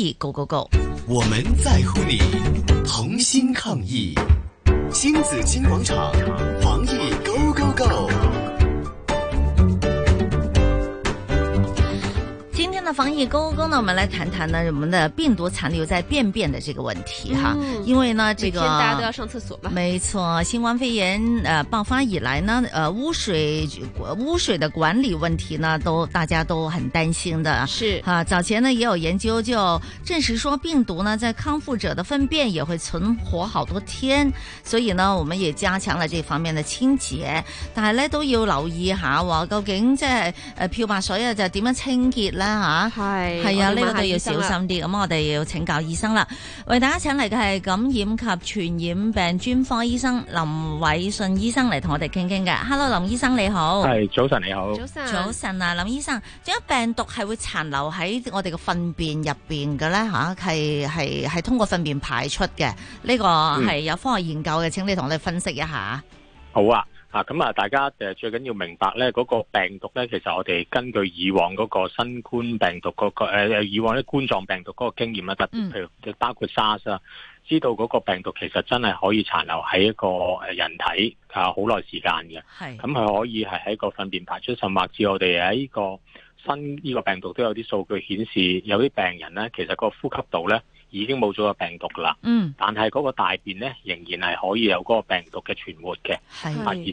一 Go Go Go！我們在乎你，同心抗疫，新紫金廣場防疫 Go Go Go。今天的防疫 Go Go Go 呢，我們來談談呢我們的病毒殘留在便便的這個問題哈，嗯因為呢每這天個大家都要上厕所嘛。没错，新冠肺炎呃爆发以来呢，呃污水呃污水的管理问题呢，都大家都很担心的。是啊，早前呢也有研究就证实说，病毒呢在康复者的粪便也会存活好多天，所以呢我们也加强了这方面的清洁。但系咧都要留意下喎，究竟即係誒漂白水啊就點樣清潔啦系吓，係啊，呢個哎个都要小心。啲。咁我哋要請教醫生啦。為大家請嚟嘅係感染及傳染病專科醫生林偉信醫生嚟同我哋傾傾嘅。Hello，林醫生你 好。係早晨你好，早晨，早晨啊，林醫生，點解病毒係會殘留喺我哋嘅糞便入邊嘅咧？吓，係係係通過糞便排出嘅，呢個係有科學研究嘅。請你同我哋分析一下。好啊。啊，咁啊，大家誒最緊要明白咧，嗰、個病毒咧，其實我哋根據以往嗰個新冠病毒嗰、個誒、誒以往啲冠狀病毒嗰個經驗啦，特嗯別譬如包括 SARS 啊，知道嗰個病毒其實真係可以殘留喺一個誒人體啊好耐時間嘅。係咁佢可以係喺個糞便排出，甚至我哋喺呢個新呢、個病毒都有啲數據顯示，有啲病人咧其實個呼吸道咧已經冇咗個病毒㗎啦，嗯，但係嗰個大便咧仍然係可以有嗰個病毒嘅存活嘅，係啊而且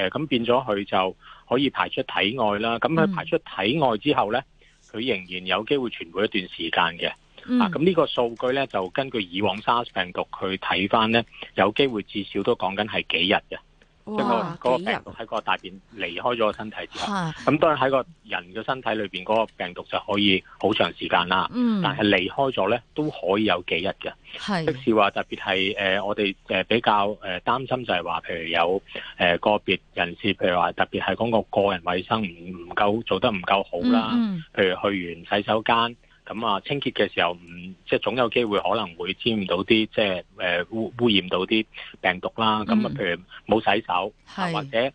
係誒咁變咗佢就可以排出體外啦。咁嗯佢排出體外之後咧，佢仍然有機會存活一段時間嘅。嗯啊，咁呢個數據咧就根據以往 SARS 病毒去睇翻咧，有機會至少都講緊係幾日嘅。即係哇，啊個嗰個幾日啊病毒喺個大便離開咗個身體之後，嚇咁當然喺個人嘅身體裏邊嗰個病毒就可以好長時間啦。嗯，但係離開咗咧，都可以有幾日嘅。係啊即是話特別係誒、呃我哋誒比較誒擔心就係話，譬如有誒、呃、個別人士，譬如話特別係講個個人衞生唔唔夠做得唔夠好啦。嗯譬如去完洗手間，咁啊清潔嘅時候唔即係總有機會可能會沾染到啲即係誒污污染到啲病毒啦。咁啊嗯，譬如冇洗手，啊係或者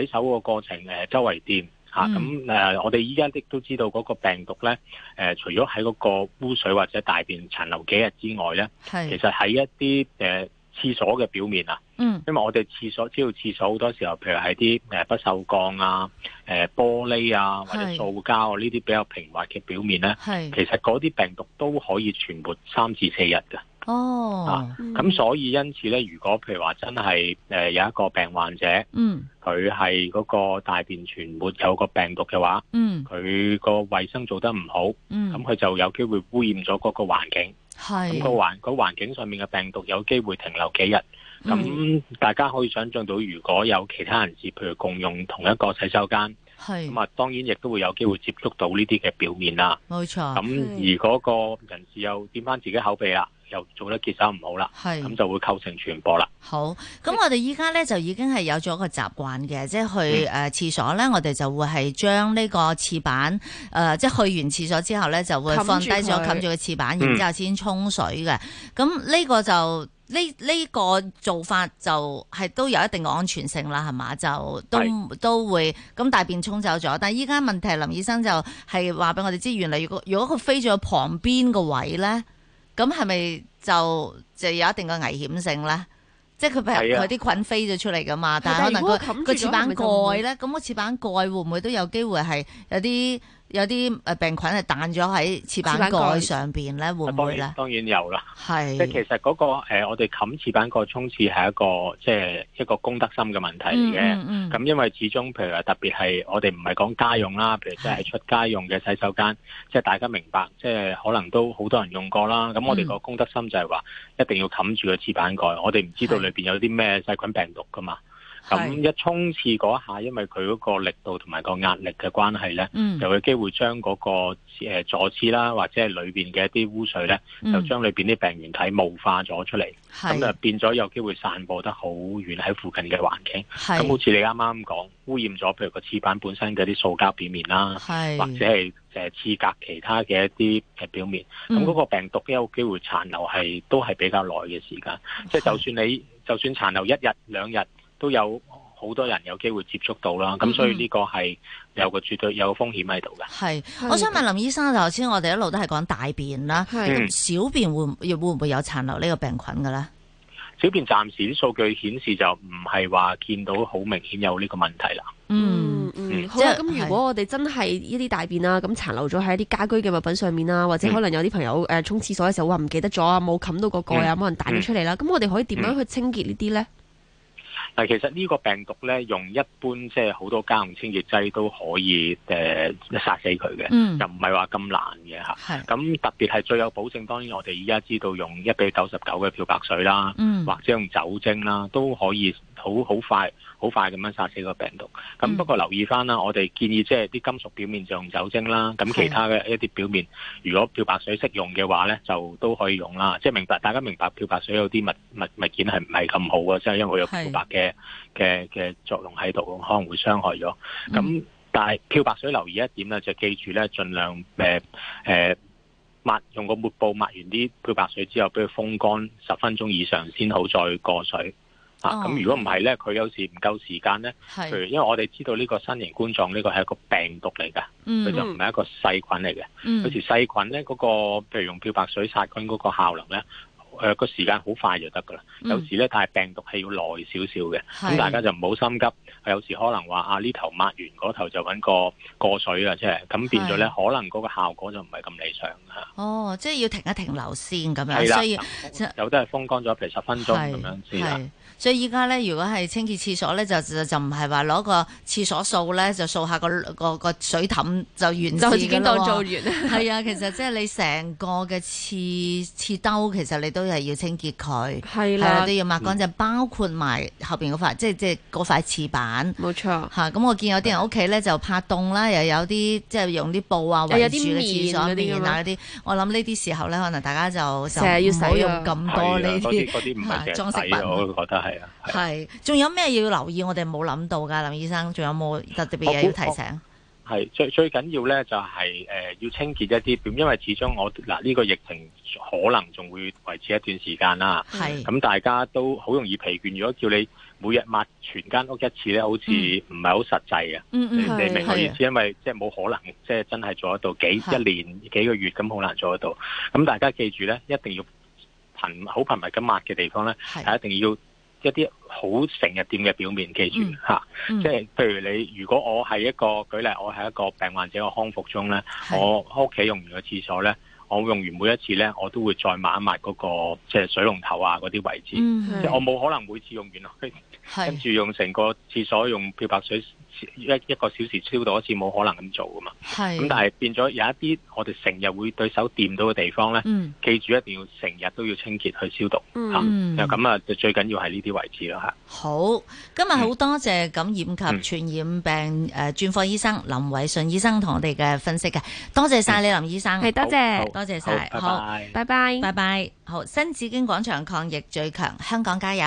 洗手個過程誒周圍掂嚇，嗯咁誒、我哋依家亦都知道嗰個病毒咧誒、除咗喺嗰個污水或者大便殘留幾日之外咧，係其實喺一啲誒、呃廁所嘅表面啊，嗯因為我哋廁所知道廁所好多時候，譬如係啲誒不鏽鋼啊、誒、玻璃啊或者係嗯塑膠啊呢啲比較平滑嘅表面咧，係其實嗰啲病毒都可以存活三至四日嘅。哦嗯咁、所以因此咧，如果譬如話真係誒、呃有一個病患者。嗯佢係嗰個大便存活有個病毒嘅話，嗯佢個衞生做得唔好，嗯咁佢就有機會污染咗嗰個環境，咁個係環個環境上面嘅病毒有機會停留幾日。嗯咁大家可以想像到，如果有其他人士譬如共用同一個洗手間，係咁啊當然亦都會有機會接觸到呢啲嘅表面啦。冇咁錯而嗰個人士又掂翻自己口鼻啦，又做得結手唔好啦，咁係就會構成傳播啦。好。咁我哋依家咧就已經係有咗個習慣嘅，即係去嗯誒廁所咧，我哋就會係將呢個廁板誒，即係去完廁所之後咧就會冚住放低咗佢冚住個廁板，嗯然之後先沖水嘅。咁呢個就呢呢個做法就係都有一定嘅安全性啦，係嘛？就都都會咁大便沖走咗，但係依家問題林醫生就係話俾我哋知，原來如果如果佢飛咗去旁邊個位咧，咁係咪就就有一定嘅危險性咧？即係佢譬如係啊佢啲菌飛咗出嚟噶嘛，但係可但係能如果個佢冚個住咗翅係板咪就蓋會咧，咁個翅板蓋會唔會都有機會係有啲有啲誒病菌係彈咗喺翅翅板板蓋蓋上邊咧？會唔啊當會然咧？當然有啦。啊即係其係實嗰、個、呃、我哋冚廁板個沖廁係一個即係一個公德心嘅問題嚟嘅。嗯咁因為始終譬如話特別係我哋唔係講家用啦，譬如即係出家用嘅洗手嗯間，即係大家明白，即係可能都好多人用過啦。咁我嗯哋個公德心就係話一定要冚住個廁板蓋，我哋唔知道係裏邊有啲咩細菌病毒噶嘛。咁係一沖廁嗰下，因為佢嗰個力度同埋個壓力嘅關係咧，嗯就有機會將嗰、個誒坐廁啦，或者係裏邊嘅一啲污水咧。就嗯將裏邊啲病原體霧化咗出嚟，咁係就變咗有機會散播得好遠喺附近嘅環境。咁好係似你啱啱講，污染咗譬如個廁板本身嘅啲塑膠表面啦，係或者係誒廁格其他嘅一啲誒表面，嗯咁嗰個病毒有機會殘留係都係比較耐嘅時間。即係就算你就算殘留一日兩日，都有好多人有機會接觸到啦。嗯咁所以呢個係有個絕對有個風險喺度嘅。係，係我想問林醫生，頭先我哋一路都係講大便啦，係嗯小便會唔會唔會有殘留呢個病菌嘅咧？小便暫時啲數據顯示就唔係話見到好明顯有呢個問題啦。嗯，嗯嗯，嗯好啦，即咁係如果我哋真係呢啲大便啊，咁殘留咗喺啲家居嘅物品上面啦，或者可能有啲朋嗯友誒沖廁所嘅時候話唔記得咗啊，冇冚到個蓋啊，冇人彈咗出嚟嗯啦，咁我哋可以點樣去清潔呢啲咧？但其實呢個病毒咧，用一般即係好多家用清潔劑都可以誒、呃、殺死佢嘅，嗯就，啊唔係話咁難嘅嚇。係，咁特別係最有保證，當然我哋而家知道用一比九十九嘅漂白水啦，嗯，或者用酒精啦，都可以好好快好快咁樣殺死個病毒。咁嗯不過留意翻啦，我哋建議即係啲金屬表面就用酒精啦，咁係其他嘅一啲表面，如果漂白水適用嘅話咧，就都可以用啦。即係明白，大家明白漂白水有啲物物物件係唔係咁好啊，即係因為佢有係漂白嘅嘅嘅作用喺度，可能會傷害咗。嗯咁但係漂白水留意一點咧，就記住咧，盡量誒誒抹用個抹布抹完啲漂白水之後，俾佢風乾十分鐘以上先好再過水。啊，哦咁如果唔係咧，佢有時唔夠時間咧，譬係，如因為我哋知道呢個新型冠狀呢個係一個病毒嚟㗎，佢就嗯唔係一個細菌嚟嘅。有時嗯，細菌咧嗰、個，譬如用漂白水殺菌嗰個效能咧，誒、個時間好快就得㗎啦。嗯有時咧，但係病毒係要耐少少嘅。咁大家就唔好心急，有時可能話啊呢頭抹完嗰頭就揾個過水啊，即係咁變咗咧，可能嗰個效果就唔係咁理想啊。哦，即係要停一停留先咁樣，係所以啦，即咁有都係風乾咗，譬如十分鐘咁樣先啦。係，所以依家咧，如果係清潔廁所咧，就就就唔係話攞個廁所掃咧，就掃下個個個水氹就完事就已經當做做完，係係啊，其實即係你成個嘅廁廁兜，其實你都係要清潔佢，係啦，啦都，要抹嗯乾淨，包括埋後邊嗰塊，即係即係嗰塊廁板。冇錯，吓，咁我見有啲人屋企咧就拍凍啦，又有啲即係用啲布啊又有圍啲住嘅廁所棉嗰啲㗎面嘛啊嗰啲，我諗呢啲時候咧，可能大家就就成日要唔好洗用啊咁多係呢啦嗰啲啲 嗰啲唔啊係成裝飾日睇品啊，我覺得係啊。係係，仲有咩要留意？我哋冇諗到㗎，林醫生，仲有冇特別嘢要提醒？係最最緊要咧，就係、誒、要清潔一啲，因為始終我嗱呢、個疫情可能仲會維持一段時間啦。嗯係咁大家都好容易疲倦，如果叫你每日抹全間屋一次咧，好似唔係好實際嘅。嗯你嗯係你明我意係啊思，因為即係冇可能，即係真係做得到幾係一年幾個月咁好難做得到。咁大家記住咧，一定要頻好頻密咁抹嘅地方咧，係係，一定要一啲好成日掂嘅表面，記住嗯嚇。嗯即係譬如你，如果我係一個舉例，我係一個病患者，我康復中咧，係我屋企用完個廁所咧，我用完每一次咧，我都會再抹一抹嗰、個即係水龍頭啊嗰啲位置。嗯即即係係我冇可能每次用完佢，跟係住用成個廁所用漂白水一一個小時消毒一次，冇可能咁做噶嘛。係咁但係變咗有一啲我哋成日會對手掂到嘅地方咧，嗯記住一定要成日都要清潔去消毒。嗯，嗯就咁啊，就最緊要係呢啲位置啦嚇。好，今日嗯好多謝感染及傳染病誒專科醫生林偉信醫生同我哋嘅分析嘅，多謝嗯晒你林醫生，係多謝好，多謝好晒，拜好，拜。拜拜。拜拜，好，新紫荊廣場抗疫最強，香港加油！